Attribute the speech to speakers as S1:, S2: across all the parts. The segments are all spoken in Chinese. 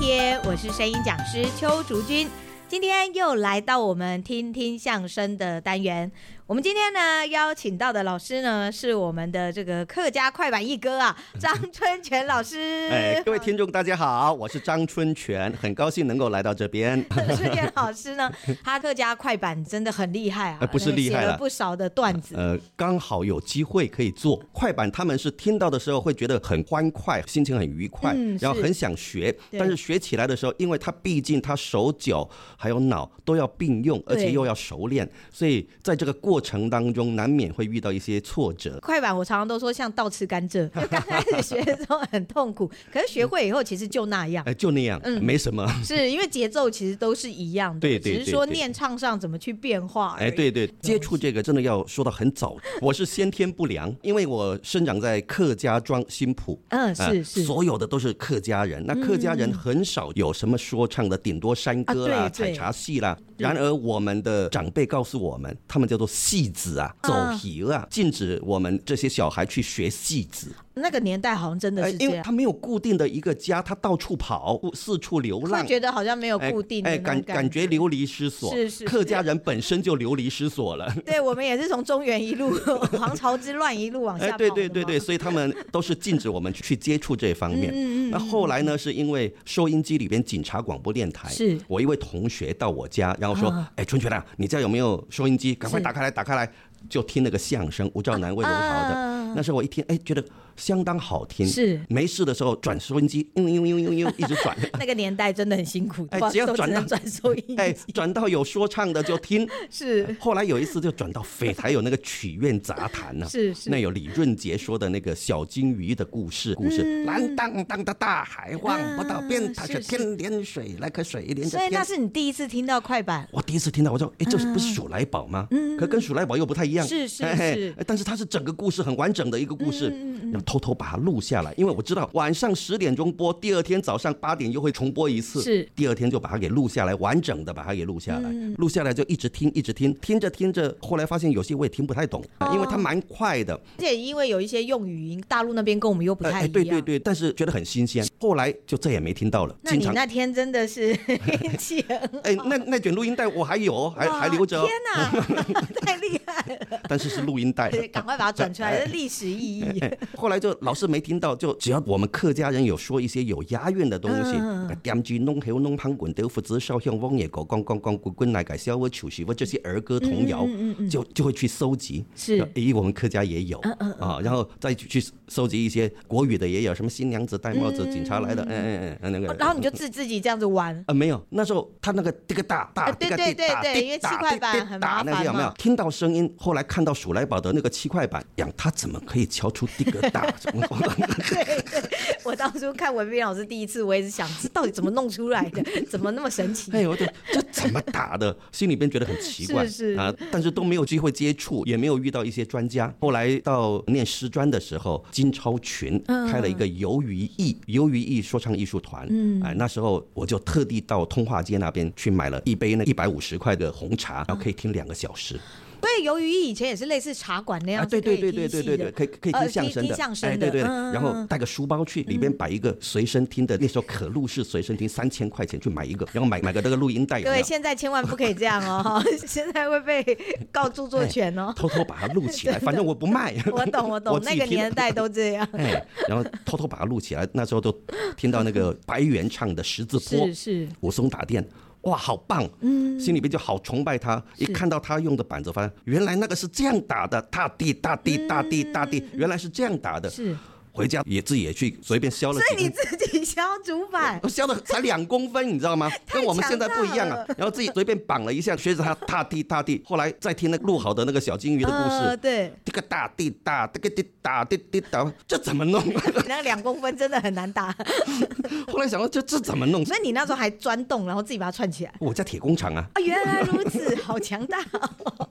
S1: 街，我是声音讲师邱竹君。今天又来到我们听听相声的单元。我们今天呢邀请到的老师呢是我们的这个客家快板一哥啊，张春泉老师。
S2: 哎， 各位听众大家好，我是张春泉，很高兴能够来到这 边。
S1: 春泉老师呢，他客家快板真的很厉害啊，
S2: 呃不是厉害
S1: 写
S2: 了
S1: 了不少的段 子。
S2: 呃，刚好有机会可以做快板，他们是听到的时候会觉得很欢快，心情很愉快，
S1: 嗯
S2: 然后
S1: 是
S2: 很想学。
S1: 对
S2: 但是学起来的时候，因为他毕竟他手脚还有脑都要并用，而且又要熟练，所以在这个过程当中难免会遇到一些挫折。
S1: 快板我常常都说像倒吃甘蔗，就刚开始学的时候很痛苦，可是学会以后其实就那样。
S2: 哎，就那样，
S1: 嗯
S2: 没 什么。
S1: 是因为节奏其实都是一样的，
S2: 对对
S1: 只是说
S2: 对对
S1: 念唱上怎么去变化而已。
S2: 哎，对对，接触这个真的要说到很早。我是先天不良，因为我生长在客家庄新浦，
S1: 嗯，
S2: 啊
S1: 是是，
S2: 所有的都是客家人。那客家人很少有什么说唱的，顶多山歌
S1: 啊
S2: 啦、
S1: 对
S2: 采
S1: 对
S2: 茶戏啦。然而我们的长辈告诉我们，他们叫做戏子啊、走
S1: 啊
S2: 皮啊，禁止我们这些小孩去学戏子，
S1: 那个年代好像真的
S2: 哎
S1: 是这
S2: 因为
S1: 样，
S2: 他没有固定的一个家，他到处跑，四处流浪
S1: 会。觉得好像没有固定的
S2: 哎，
S1: 那种
S2: 感
S1: 感
S2: 感觉。 流离失所，
S1: 是是
S2: 客家人本身就流离失所了。
S1: 对我们也是从中原一路 黄巢之乱一路往下
S2: 哎
S1: 跑，
S2: 对对对对，，所以他们都是禁止我们去接触这方面。
S1: 嗯嗯嗯
S2: 那后来呢，是因为收音机里边警察广播电台，
S1: 是
S2: 我一位同学到我家，然后说
S1: 啊：“
S2: 哎，春泉啊，你家有没有收音机？赶快
S1: 是
S2: 打开来，打开来！”就听那个相声，吴兆南、魏荣豪的。嗯
S1: 啊
S2: 那时候我一听，哎，觉得相当好听。
S1: 是
S2: 没事的时候转收音机，呦呦呦呦呦，一直转。
S1: 那个年代真的很辛苦，
S2: 哎
S1: 哇
S2: 只要
S1: 都
S2: 转
S1: 能
S2: 到
S1: 转收音，
S2: 哎，转到有说唱的就听。
S1: 是
S2: 后来有一次就转到匪台有那个曲苑杂谈呢、
S1: 是是
S2: 那有李润杰说的那个小金鱼的故事，故事蓝荡荡的大海望不到边，
S1: 嗯
S2: 它
S1: 啊是
S2: 是
S1: 是
S2: 天连水来，可水连着
S1: 所以那
S2: 哎天。
S1: 是你第一次听到快板，
S2: 我第一次听到，我说，哎，这是不是鼠来宝吗？可跟鼠来宝又不太一样。
S1: 嗯是是
S2: 哎哎
S1: 是嗯
S2: 但是它是整个故事很完整的一个故事，要偷偷把它录下来，因为我知道晚上十点钟播，第二天早上八点又会重播一次。
S1: 是嗯
S2: 第二天就把它给录下来，完整的把它给录下来，录下来就一直听，一直听，听着听着，后来发现有些我也听不太懂，
S1: 哦
S2: 啊因为它蛮快的，
S1: 而且因为有一些用语，大陆那边跟我们又不太一
S2: 哎，
S1: 样。
S2: 对对对，但是觉得很新鲜，后来就再也没听到了，
S1: 那
S2: 经
S1: 你
S2: 常。
S1: 那天真的 是 运气很
S2: 哎，那那卷录音带我还有，还
S1: 好
S2: 还留着哦，
S1: 天哪， 太厉害了！
S2: 但是是录音带。
S1: 赶快把它转出来，这历史意 义。
S2: 哎后来就老师没听到，就只要我们客家人有说一些有押韵的东西
S1: 嗯，
S2: 点鸡弄黑弄胖滚豆腐子烧香汪野狗光光光滚滚来改笑我求媳妇这些儿歌童谣，
S1: 嗯
S2: 就就会去搜集。
S1: 是嗯
S2: 诶，我们客家也有啊，然后再去去搜集一些国语的也有，什么新娘子戴帽子，警察来了，嗯嗯嗯，那个
S1: 哦。然后你就自自己这样子玩，
S2: 啊，没有，那时候他那个这个大大
S1: 呃对
S2: 这个
S1: 对
S2: 滴
S1: 对
S2: 答
S1: 对
S2: 滴
S1: 因为
S2: 答
S1: 七块
S2: 滴
S1: 板
S2: 滴
S1: 很
S2: 答
S1: 麻
S2: 那
S1: 烦
S2: 些有没有
S1: 嘛
S2: 听到声音？后来看到鼠来宝的那个七块板，呀，他怎么可以敲出滴个大？怎么
S1: 对对。我当初看文斌老师第一次，我也是想，这到底怎么弄出来的？怎么那么神奇？
S2: 哎呦，这这怎么打的？心里边觉得很奇怪
S1: 是是
S2: 啊，但是都没有机会接触，也没有遇到一些专家。后来到念师专的时候，金超群
S1: 嗯
S2: 开了一个鱿鱼艺鱿鱼艺说唱艺术团，嗯，哎，那时候我就特地到通化街那边去买了一杯那一百五十块的红茶，然后可以听两个小时。
S1: 所以由于以前也是类似茶馆那样
S2: 啊，
S1: 子可
S2: 对
S1: 以
S2: 对
S1: 听
S2: 对
S1: 戏的，
S2: 对对对对，可以可以
S1: 呃
S2: 听相声的，
S1: 相
S2: 哎，
S1: 声的，
S2: 对对，
S1: 嗯
S2: 然后带个书包去，里边摆一个随身听的，那时候可录式随身听三千块钱去买一个，然后买买个那个录音带有
S1: 各
S2: 没
S1: 位
S2: 有？
S1: 现在千万不可以这样哦，
S2: 哎
S1: 现在会被告著作权 哦。
S2: 偷偷把它录 起来，反正我不卖。
S1: 我懂，我 懂，
S2: 自
S1: 那
S2: 己
S1: 个
S2: 听
S1: 年。代都这 样。
S2: 哎，然后偷偷把它录起来，那时候都听到 那个白猿唱的《十字坡》，
S1: 是是，
S2: 武松打电，哇，好棒！嗯，心里边就好崇拜他。一看到他用的板子，发现原来那个是这样打的，大地大地大地大
S1: 嗯
S2: 地，原来是这样打的。
S1: 是，
S2: 回家也自己也去随便削了
S1: 所
S2: 几
S1: 以你
S2: 根。
S1: 自己削主板，
S2: 我削的才两公分，你知 道吗？跟我们现在不一样啊
S1: 强大。
S2: 然后自己随便绑了一下，学着他踏地踏地。后来再听那个录好的那个小金鱼的故
S1: 呃
S2: 事，
S1: 对，
S2: 这个大地大，这个滴打滴滴打，这怎么弄？
S1: 那两公分真的很难打，
S2: 后来想到这这怎么弄？
S1: 所以你那时候还钻洞，然后自己把它串起来。
S2: 我家铁工厂啊，
S1: 啊，原来如此，好强大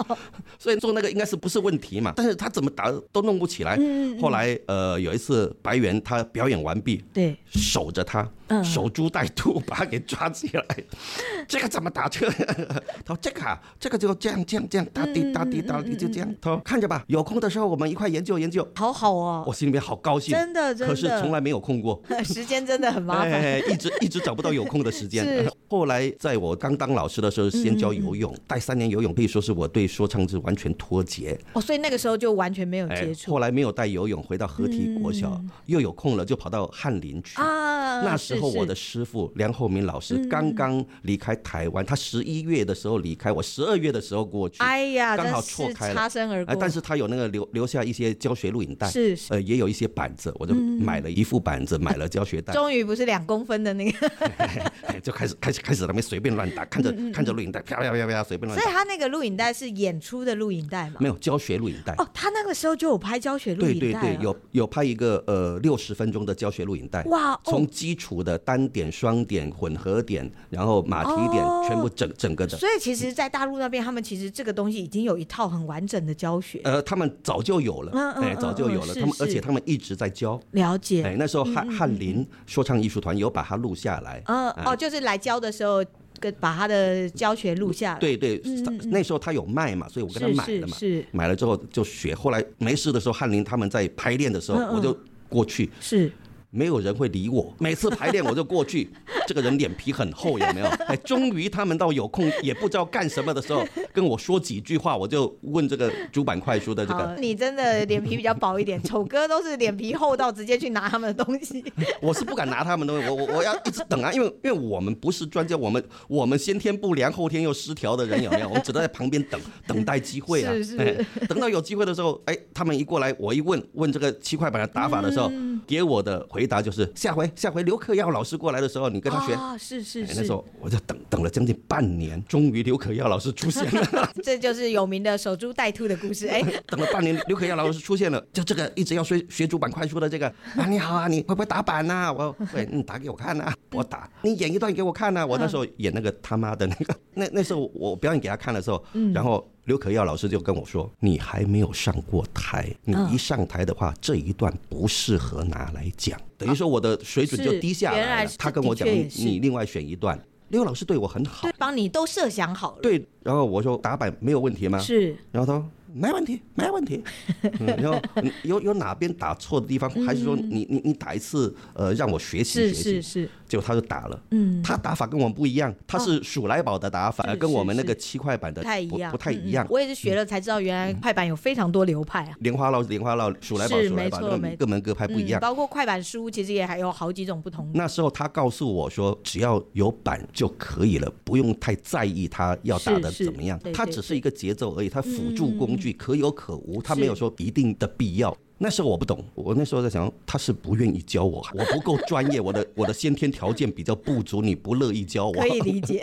S1: 哦！
S2: 所以做那个应该是不是问题嘛？但是他怎么打都
S1: 嗯
S2: 弄不起来。后来呃有一次白猿他表演完毕，
S1: 对，
S2: 守着他，
S1: 嗯
S2: 守株待兔，把他给抓起来。 这个怎么打车？ 他说这个啊，这个就这样这样这样
S1: 嗯
S2: 打滴打滴打滴就这样。他说看着吧，有空的时候我们一块研究研究。
S1: 好好哦，
S2: 我心里面好高兴，
S1: 真的真的
S2: 可是从来没有空过。
S1: 时间真的很麻烦。
S2: 哎，一直一直找不到有空的时间
S1: 是。嗯
S2: 后来在我刚当老师的时候，先教游泳，带三年游泳，可以说是我对说唱是完全脱节。哎
S1: 哦，所以那个时候就完全没有接触
S2: 后来没有带游泳，回到合体国小，
S1: 嗯
S2: 又有空了就跑到翰林去。
S1: 啊。
S2: 哎那时候
S1: 是嗯
S2: 我的师傅梁厚明老师刚刚离开台湾，他十一月的时候离开，我十二月的时候过去
S1: 是，哎呀，
S2: 刚好
S1: 真
S2: 错
S1: 是
S2: 开了
S1: 擦身而过。
S2: 哎但是他有那个留留下一些教学录影带，
S1: 是是嗯
S2: 呃，也有一些板子，我就买了一副板子，买了教 学带，
S1: 终于不是两公分的那 个，
S2: 哎就开始开始开始那边随便乱打，看着看着录影带，啪啪啪啪随便乱
S1: 嗯所以
S2: 打，
S1: 他那个录影带是演出的录影带嘛？
S2: 嗯没有教学录影带。
S1: 哦，他那个时候就有拍教学录
S2: 对
S1: 影
S2: 对
S1: 带啊哦
S2: 对，
S1: 了
S2: 有有拍一个呃六十分钟的教学录影带，
S1: 哇哦
S2: 从基础的单点、双点、混合点，然后马蹄点，
S1: 哦
S2: 全部整整个的。
S1: 所以其实，在大陆那边，他们其实这个东西已经有一套很完整的教学，
S2: 呃，他们早就有了，
S1: 嗯嗯
S2: 哎，
S1: 嗯
S2: 早就有
S1: 嗯
S2: 了，
S1: 是
S2: 他们而
S1: 是嗯
S2: 且他们一直在教。
S1: 了解。
S2: 哎，那时候翰翰林说唱艺术团有把它录下来，
S1: 嗯、
S2: 哎
S1: 哦，就是来教的时候，跟把他的教学录下来。，
S2: 对对，那时候他有卖嘛，所以我跟
S1: 嗯
S2: 他
S1: 是
S2: 买了
S1: 是
S2: 嘛，
S1: 是
S2: 买了之后就学。后来没事的时候，翰林他们在排练的时候，
S1: 嗯嗯
S2: 我就过去，
S1: 是，
S2: 没有人会理我。每次排练我就过去，这个人脸皮很厚，有没有？哎，终于他们到有空也不知道干什么的时候，跟我说几句话，我就问这个主板快书的这
S1: 好，
S2: 个，
S1: 你真的脸皮比较薄一点，丑哥都是脸皮厚到直接去拿他们的东西。
S2: 我是不敢拿他们的，我我我要一直等啊，因为因为我们不是专家，我们我们先天不良，后天又失调的人有没有？我们只能在旁边等，等待机 会啊。
S1: 是是
S2: 哎 等到有机会的时候，哎，他们一过来，我一问问这个七块板的打法的时候，
S1: 嗯
S2: 给我的回答就是下回下回刘克耀老师过来的时候，你跟他学。
S1: 啊、是是
S2: 哎
S1: 是，
S2: 那时候我就等等了将近半年，终于刘可耀老师出现了。
S1: 这就是有名的守株待兔的故事。 哎，
S2: 等了半年，刘可耀老师出现了，就这个一直要学学主板快书的这 个啊，你好啊，你会不会打板呐、我会，你打给我看呐、啊
S1: 嗯
S2: 我打，你演一段给我看啊呐、我那时候演那个他妈的那个， 那那时候我表演给他看的时候，
S1: 嗯
S2: 然后刘可耀老师就跟我说，你还没有上过台，你
S1: 嗯
S2: 一上台的话，这一段不适合拿来讲，等于说我的水准就是低下
S1: 原来
S2: 来了
S1: 啊是。
S2: 他跟我讲，
S1: 的确
S2: 你
S1: 也是
S2: 你另外选一段。刘老师对我很好
S1: 对，，帮你都设想好了。
S2: 对，然后我说打板没有问题吗？
S1: 是，
S2: 然后他说没问题，没问题。 嗯、然后嗯有有哪边打错的地方，还是说你你你打一次，呃，让我学
S1: 嗯
S2: 习
S1: 是
S2: 学习
S1: 是。是，
S2: 结果他就打了，
S1: 嗯，
S2: 他打法跟我们不一样，他是鼠来宝的打法，
S1: 是
S2: 跟我们
S1: 是
S2: 那个七块版的
S1: 不太一
S2: 不
S1: 样，
S2: 不太
S1: 嗯嗯
S2: 一样。
S1: 我也是学了才知道，原来快板有非常多流派啊。
S2: 莲花烙，莲花烙，鼠来宝，
S1: 是
S2: 鼠来
S1: 没
S2: 宝，
S1: 错
S2: 那
S1: 没
S2: 个各门各派不一
S1: 嗯
S2: 样。
S1: 包括快板书，其实也还有好几种不同的。
S2: 那时候他告诉我说，只要有板就可以了，不用太在意他要打的
S1: 是是
S2: 怎么样
S1: 对，
S2: 它
S1: 对嗯
S2: 只是一个节奏而已，它辅助工具可有可无，他没有
S1: 是
S2: 说一定的必要。那时候我不懂，我那时候在想，他是不愿意教 我，我不够专业，我的我的先天条件比较不足，你不乐意教我
S1: 可。以理解，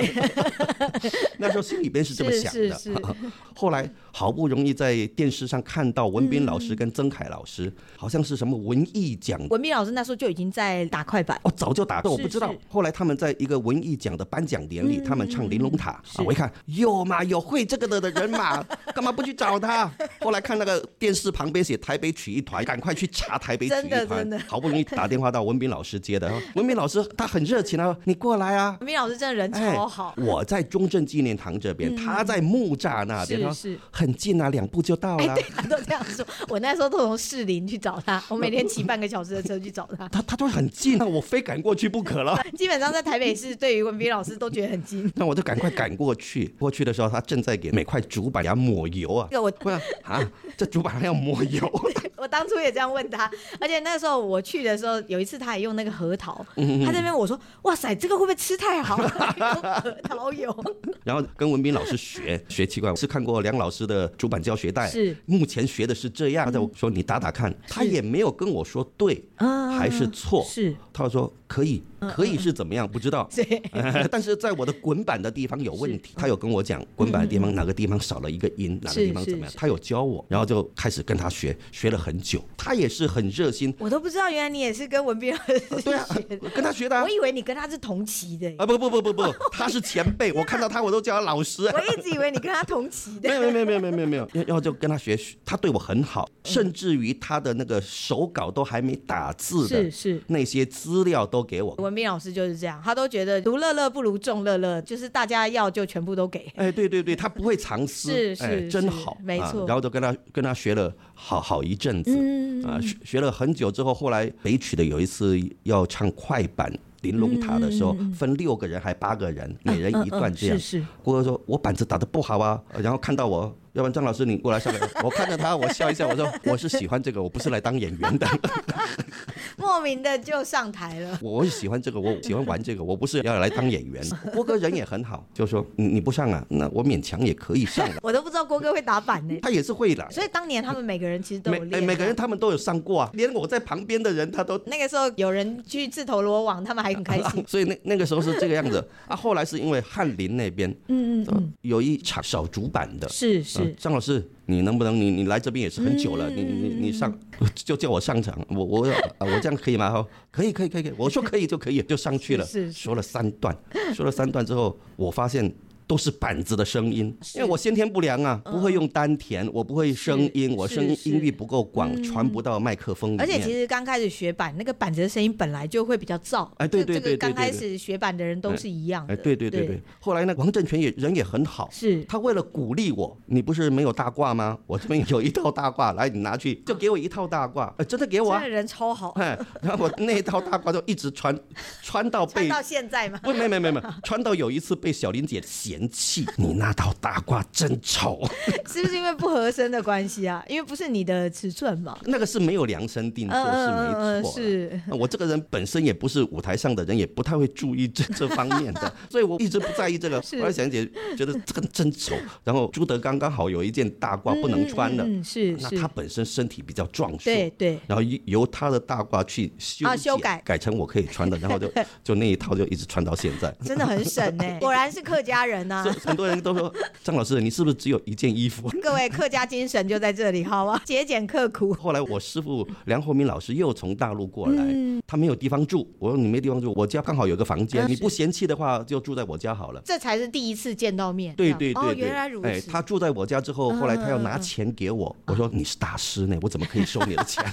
S2: 那时候心里哦边是这么
S1: 是
S2: 想
S1: 是
S2: 的。
S1: 是
S2: 后来好不容易在电视上看到文斌老师跟曾凯老师，好像是什么文艺奖
S1: 文斌老师那时候就已经在打快板，
S2: 哦，早就打过，我
S1: 是
S2: 不知道
S1: 是。嗯
S2: 后来他们在一个文艺奖的颁奖典礼，他们唱《玲珑塔》
S1: 是
S2: 啊，我一看，有嘛，有会这个的的人嘛，干嘛不去找他？后来看那个电视旁边写台北曲艺团，赶快去查台北曲
S1: 真的
S2: 艺团
S1: 真的。
S2: 好不容易打电话到文斌老师接的，哦文斌老师他很热情啊，你过来啊。
S1: 文斌老师真的人
S2: 哎
S1: 超好，，
S2: 我在中正纪念堂这边，他在木栅那边，
S1: 嗯是哎
S2: 啊他说
S1: 是
S2: 很近啊，两步就到了。
S1: 他都这样说。我那时候都从士林去找他，我每天骑半个小时的车去找他。
S2: 他他都很近啊，我非赶过去不可了。
S1: 基本上在台北市，对于文斌老师都觉得很惊。
S2: 那我就赶快赶过去。过去的时候，他正在给每块竹板给它抹油啊
S1: 这。个我
S2: 我想啊，这竹板还要抹油？
S1: 我当初也这样问他，而且那时候我去的时候，有一次他也用那个核桃，
S2: 嗯
S1: 他这边我说哇塞，这个会不会吃太好了？ 用核桃油，
S2: 然后跟文斌老师学学奇怪，是看过梁老师的竹板教学带，
S1: 是嗯
S2: 目前学的是这样。他就说你打打看，他也没有跟我说对
S1: 啊
S2: 还是错，
S1: 是嗯
S2: 他说可以，可以是怎么样不知道。
S1: 对，
S2: 但是在我的滚板的地方有问题，他有跟我讲滚板的地方哪个地方少了一个音，哪个地方怎么样
S1: 嗯是，
S2: 他有教我，然后就开始跟他学，学了很久，他也是很热心，
S1: 我都不知道原来你也是跟文斌老师
S2: 对啊
S1: 学的，，
S2: 跟他学的啊
S1: 我。以为你跟他是同期的耶。
S2: 啊不不不不不，他是前 辈，我看到他我都叫他老师。
S1: 我一直以为你跟他同期
S2: 没
S1: 的。
S2: 有没有没有没有没有没有，然后就跟他学，他对我很
S1: 嗯
S2: 好，甚至于他的那个手稿都还没打字的，哦
S1: 是
S2: 那些资料都都给我。
S1: 文斌老师就是这样，他都觉得独乐乐不如众乐乐，就是大家要就全部都给。
S2: 哎，对对对，他不会藏私，
S1: 是是
S2: 哎，真
S1: 是
S2: 好，
S1: 没
S2: 啊
S1: 错嗯
S2: 然后就跟他跟他学了好好一阵子，啊，学学了很久之后，后来北曲的有一次要唱快板《玲珑塔》的时候，分六个人还八个人，每人一段这样。
S1: 嗯嗯嗯是是
S2: 郭哥说：“我板子打得不好啊。”然后看到我，要不然张老师你过 来上来，我看着他，我笑一笑，我说：“我是喜欢这个，我不是来当 演员的，
S1: 莫名的就上台了。
S2: 我是喜欢这个，我喜欢玩这个，我不是要来当演 员。”郭哥人也很好，就说：“你你不上啊，那我勉强也可以上 了。
S1: 我都不知道郭哥会打板呢、
S2: 他也是会的，
S1: 所以当年他们每个人其实都
S2: 每
S1: 有
S2: 哎
S1: 练。
S2: 每个人他们都有上过啊，连我在旁边的人他都
S1: 那个时候有人去自投罗网，他们还很开心。
S2: 所以那那个时候是这个样子啊。后来是因为翰林那边，
S1: 嗯嗯，
S2: 有一场小主板的，
S1: 是
S2: 嗯
S1: 是，
S2: 张老师，你能不能你你来这边也是很久了，你你你上
S1: 嗯
S2: 就叫我上场，我我啊我这样可以吗？哦可以可以可以可以，我说可以就可以，就上去了，
S1: 是是是
S2: 说了三段，说了三段之后，我发现。都是板子的声音，因为我先天不良啊，不会用丹田，我不会声
S1: 嗯
S2: 音，
S1: 是
S2: 我
S1: 是是
S2: 声
S1: 嗯
S2: 音域不够广，传不到麦克风里面。
S1: 而且其实刚开始学板，那个板子的声音本来就会比较燥。
S2: 哎对
S1: 这
S2: 对
S1: 这
S2: 对
S1: 个
S2: 对
S1: 刚
S2: 对
S1: 开
S2: 对
S1: 始学板的人都是一样的。
S2: 哎，对对对对，，后来呢，王振全也人也很好，
S1: 是
S2: 他为了鼓励我，你不是没有大褂吗？我这边有一套大褂，来你拿去，就给我一套大褂，呃、真的给我
S1: 真
S2: 啊
S1: 的，人超好，
S2: 哎，然后我那一套大褂就一直穿，穿到
S1: 穿
S2: 被。
S1: 到现在嘛。
S2: 不，没没没没，穿到有一次被小林姐嫌弃，你那套大褂真丑，
S1: 是不是因为不合身的关系啊？因 为不是你的尺寸嘛。
S2: 那个是没有量身定做，
S1: 嗯
S2: 是
S1: 嗯
S2: 没
S1: 嗯嗯，
S2: 错啊。
S1: 是。
S2: 我这个人本身也不是舞台上的人，也不太会注意这这方面的，所以我一直不在意这个。
S1: 是
S2: 后来小姐觉得这个真丑，然后朱德刚刚好有一件大哦褂不能穿的，
S1: 嗯，嗯是
S2: 那
S1: 是
S2: 他，本身身体比较壮硕，
S1: 对对。
S2: 然后由由他的大褂去修
S1: 啊修
S2: 剪
S1: 改
S2: 改成我可以穿的， 然后就就那一套就一直穿到现在。
S1: 真的很省呢、 果然是客家人啊呐、
S2: 所以很多人都说张老师，你是不是只有一件衣服？
S1: 各位客家精神就在这里，好吧？节俭刻苦，
S2: 后来我师傅梁厚明老师又从大陆过来，他没有地方住，我说你没地方住，我家刚好有个房
S1: 嗯
S2: 间，
S1: 啊
S2: 你
S1: 是
S2: 不嫌弃的话就住在我家好了。
S1: 这才是第一次见到面。
S2: 对
S1: 这
S2: 对
S1: 样
S2: 对
S1: 哦，
S2: 对，
S1: 原来如此。
S2: 哎，他住在我家之后，后来他要拿钱给我，我说你是大师呢，我怎么可以收你 的钱？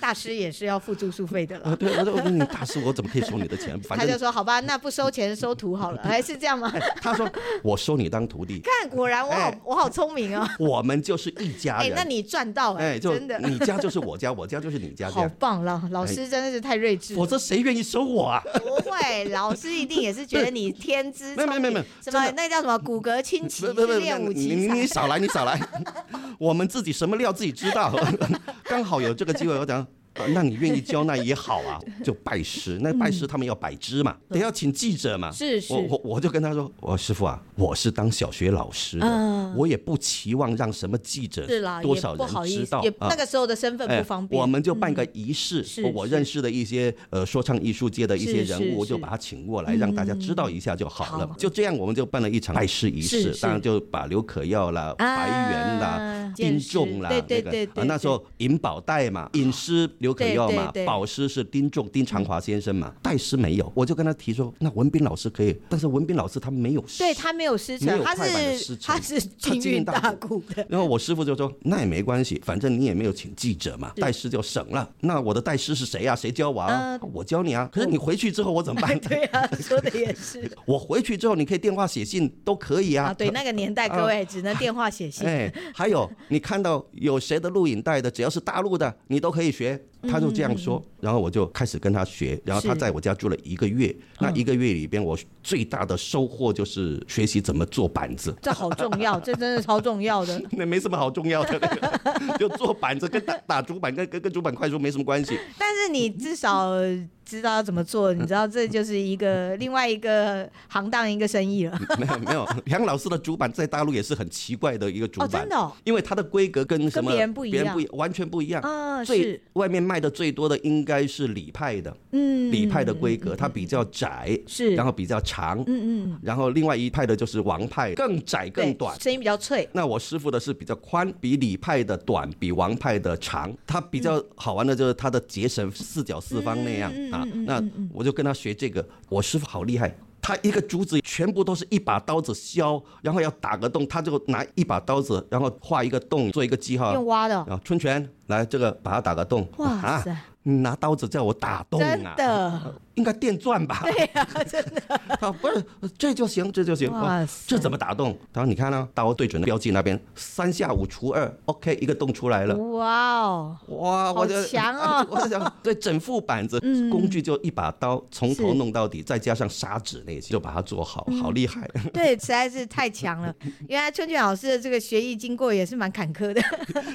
S1: 大师也是要付住宿费的
S2: 啊，
S1: 了。
S2: 对，我说我说你大师，我怎么可以收你的钱？ 反
S1: 他就
S2: 正
S1: 说：“好吧，那不收钱收图 好了，还是这样吗？”
S2: 他说我收你当徒弟，
S1: 看，果然我好，
S2: 哎
S1: 我好聪明哦。
S2: 我们就是一家
S1: 哎，那
S2: 人。
S1: 你赚到哎、
S2: 哎，就
S1: 真的
S2: 你家就是我家，我家就是你家，这
S1: 好嗯
S2: 样，
S1: 棒了！老师
S2: 哎
S1: 真的是太睿智了
S2: 否。则谁愿意收 我啊？
S1: 不会，老师一定也是觉得你天资
S2: 没有
S1: 聪明
S2: 没有没有
S1: 什
S2: 真
S1: 么
S2: 的
S1: 那叫什么骨骼清奇，
S2: 不不
S1: 是
S2: 不
S1: 练武
S2: 不，你
S1: 奇
S2: 你
S1: 才。
S2: 少来，你少来， 我们自己什么料自己知道。 刚好有这个机会，我讲，呃那你愿意教那也好 啊，就拜师。那拜师他们要摆支嘛，得要请记者嘛。
S1: 嗯是是
S2: 我我我就跟他说，我师傅啊，我是当小学老师的
S1: 嗯，
S2: 我也不期望让什么记者
S1: 是啦，
S2: 多
S1: 也
S2: 少
S1: 不好
S2: 人
S1: 意
S2: 知
S1: 思
S2: 道，
S1: 也
S2: 啊
S1: 那个时候的身份
S2: 哎
S1: 不方便。嗯
S2: 我们就办个仪式。
S1: 是
S2: 我我
S1: 是
S2: 认识的一些呃说唱艺术界的一些
S1: 是
S2: 人
S1: 是
S2: 物，
S1: 是
S2: 就把他请过来，让大家知道一下就好了
S1: 好。
S2: 就这样，我们就办了一场拜师仪
S1: 是
S2: 式，
S1: 是
S2: 当然就把刘可耀啦、白猿啦。
S1: 啊
S2: 丁
S1: 见识
S2: 仲啦，
S1: 对
S2: 那
S1: 对对
S2: 个
S1: 对，
S2: 啊，那时候尹宝带嘛，尹师刘可耀嘛
S1: 对对对，嗯
S2: 宝师是丁仲丁长华先生嘛，代师没有，我就跟他提说，那文斌老师可以，但是文斌老师他没有师
S1: 对他没有师
S2: 没
S1: 承，
S2: 有
S1: 他
S2: 快板的师
S1: 是
S2: 承
S1: 他是
S2: 他
S1: 金
S2: 金
S1: 运
S2: 运大
S1: 大鼓的，
S2: 然后我师傅就说：“那也没关系，反正你也没有请记者嘛，
S1: 是
S2: 代师就省了。那我的代师是谁呀、谁教我啊？
S1: 呃
S2: 我教你啊。可是你回去之后我怎么办？
S1: 对啊，说的也是
S2: 我回去之后你可以电话写信都可以 啊。
S1: 啊。对那个年代，各位只能电话写信。
S2: 哎，还有你看到有谁的录影带的，只要是大陆的，你都可以学。”他就这样
S1: 嗯
S2: 说，然后我就开始跟他学，然后他
S1: 是嗯
S2: 在我家住了一个月。那一个月里边，我最大的收获就是学习怎么做板子。
S1: 这好重要，这真的超重要的。
S2: 那没什么好重要的，那个就做板子跟打打主板跟跟跟主板快速没什么关系。
S1: 但是你至少知道要怎么做，你知道这就是一个另外一个行当一个生意了。
S2: 没有没有，梁老师的主板在大陆也是很奇怪的一个 主
S1: 哦，
S2: 板，
S1: 真的哦，
S2: 因为它的规格跟什么
S1: 别人不一样
S2: 完全不一样。
S1: 啊，
S2: 最
S1: 是，
S2: 外面卖的最多的应该是李派的，
S1: 嗯，
S2: 李派的规格它比较窄，
S1: 是
S2: 然后比较长，
S1: 嗯嗯，
S2: 然后另外一派的就是王派，更窄
S1: 对
S2: 更短。
S1: 声音比较脆，
S2: 那我师傅的是比较宽，比李派的短，比王派的长。他比较好玩的就是他的结绳四角四方那样、
S1: 嗯
S2: 啊。那我就跟他学这个，我师傅好厉害。他一个竹子全部都是一把刀子削，然后要打个洞，他就拿一把刀子，然后画一个洞，做一个记号。
S1: 用挖的哦，
S2: 啊，春泉，来这个把它打个洞。
S1: 哇
S2: 啊！
S1: 塞，
S2: 你拿刀子叫我打洞
S1: 真
S2: 啊？
S1: 的，
S2: 应该电钻吧？
S1: 对呀、真的，
S2: 啊，不是，这就行， 这就行。
S1: 哇
S2: 哇
S1: 塞
S2: 这怎么打洞？他说：“你看呢、刀对准标记那边，三下五除二，OK，一个洞出来了。
S1: 哇哦，
S2: 哇，
S1: 好
S2: 我就
S1: 强哦
S2: 我就想，对，整副板子，
S1: 嗯
S2: 工具就一把刀，从头
S1: 是
S2: 弄到底，再加上砂纸那些，就把它做好，
S1: 嗯
S2: 好厉害。
S1: 对，实在是太强了。原来春卷老师的这个学艺经过也是蛮坎坷的。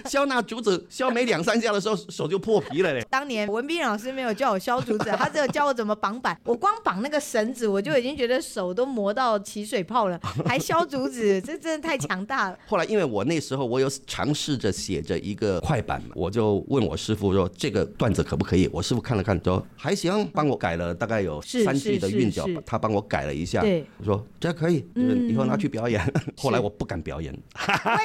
S2: 削那竹子，削没两三下的时候，手就破皮 了嘞。
S1: 当年文斌老师没有教我削竹子，他只有教我怎么绑板。 我光绑那个绳子，我就已经觉得手都磨到起水泡了，还削竹子，这真的太强大了。
S2: 后来，因为我那时候我有尝试着写着一个快板嘛，我就问我师傅说这个段子可不可以？我师傅看了看说还行，帮我改了大概有
S1: 是
S2: 三句的
S1: 是
S2: 韵脚
S1: 是是，
S2: 他帮我改了一下。
S1: 对
S2: 我说这可以，就是以后拿去 表演。后来
S1: 嗯是
S2: 我不敢表演，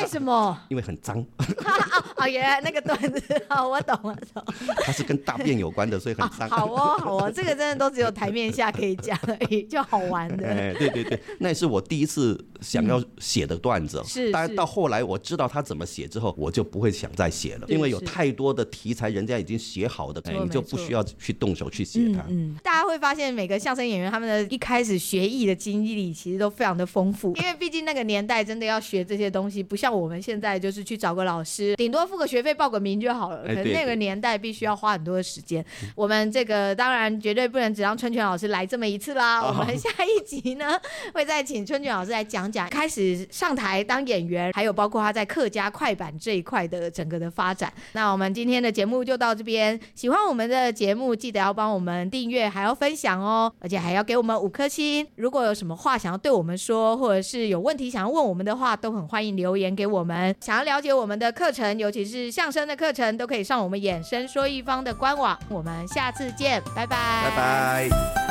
S1: 为什 么？
S2: 因为很脏，
S1: 啊啊，原来那个段子，啊，我懂了，懂了。
S2: 它是跟大便有关的，所以很 脏。
S1: 好哦，好哦，这个真的都只有台面下可以讲而已，就好玩的。
S2: 哎，对对对，那也是我第一次想要写的段子。
S1: 是
S2: 当
S1: 是
S2: 然到后来我知道他怎么写之后，我就不会想再写了，
S1: 是
S2: 因为有
S1: 是
S2: 太多的题材人家已经写好的，
S1: 没
S2: 哎
S1: 错
S2: 你就
S1: 没
S2: 不
S1: 错
S2: 需要去动手去写
S1: 嗯
S2: 它。
S1: 嗯，大家会发现每个相声演员他们的一开始学艺的经历其实都非常的丰富，因为毕竟那个年代真的要学这些东西，不像我们现在就是去找个老师，顶多付个学费报个名就好了。可
S2: 哎
S1: 能
S2: 对
S1: 那个
S2: 对嗯
S1: 年代必须要花很多的时间。我们这个当然绝对不能只让春泉老师来这么一次啦，
S2: 哦
S1: 我们下一集呢 会再请春卷老师来讲讲开始上台当演员，还有包括他在客家快板这一块的整个的发展。那我们今天的节目就到这边，喜欢我们的节目，记得要帮我们订阅，还要分享哦，而且还要给我们五颗星。如果有什么话想要对我们说，或者是有问题想要问我们的话，都很欢迎留言给我们。想要了解我们的课程，尤其是相声的课程，都可以上我们衍生说一方的官网。我们下次见，拜拜，
S2: 拜拜。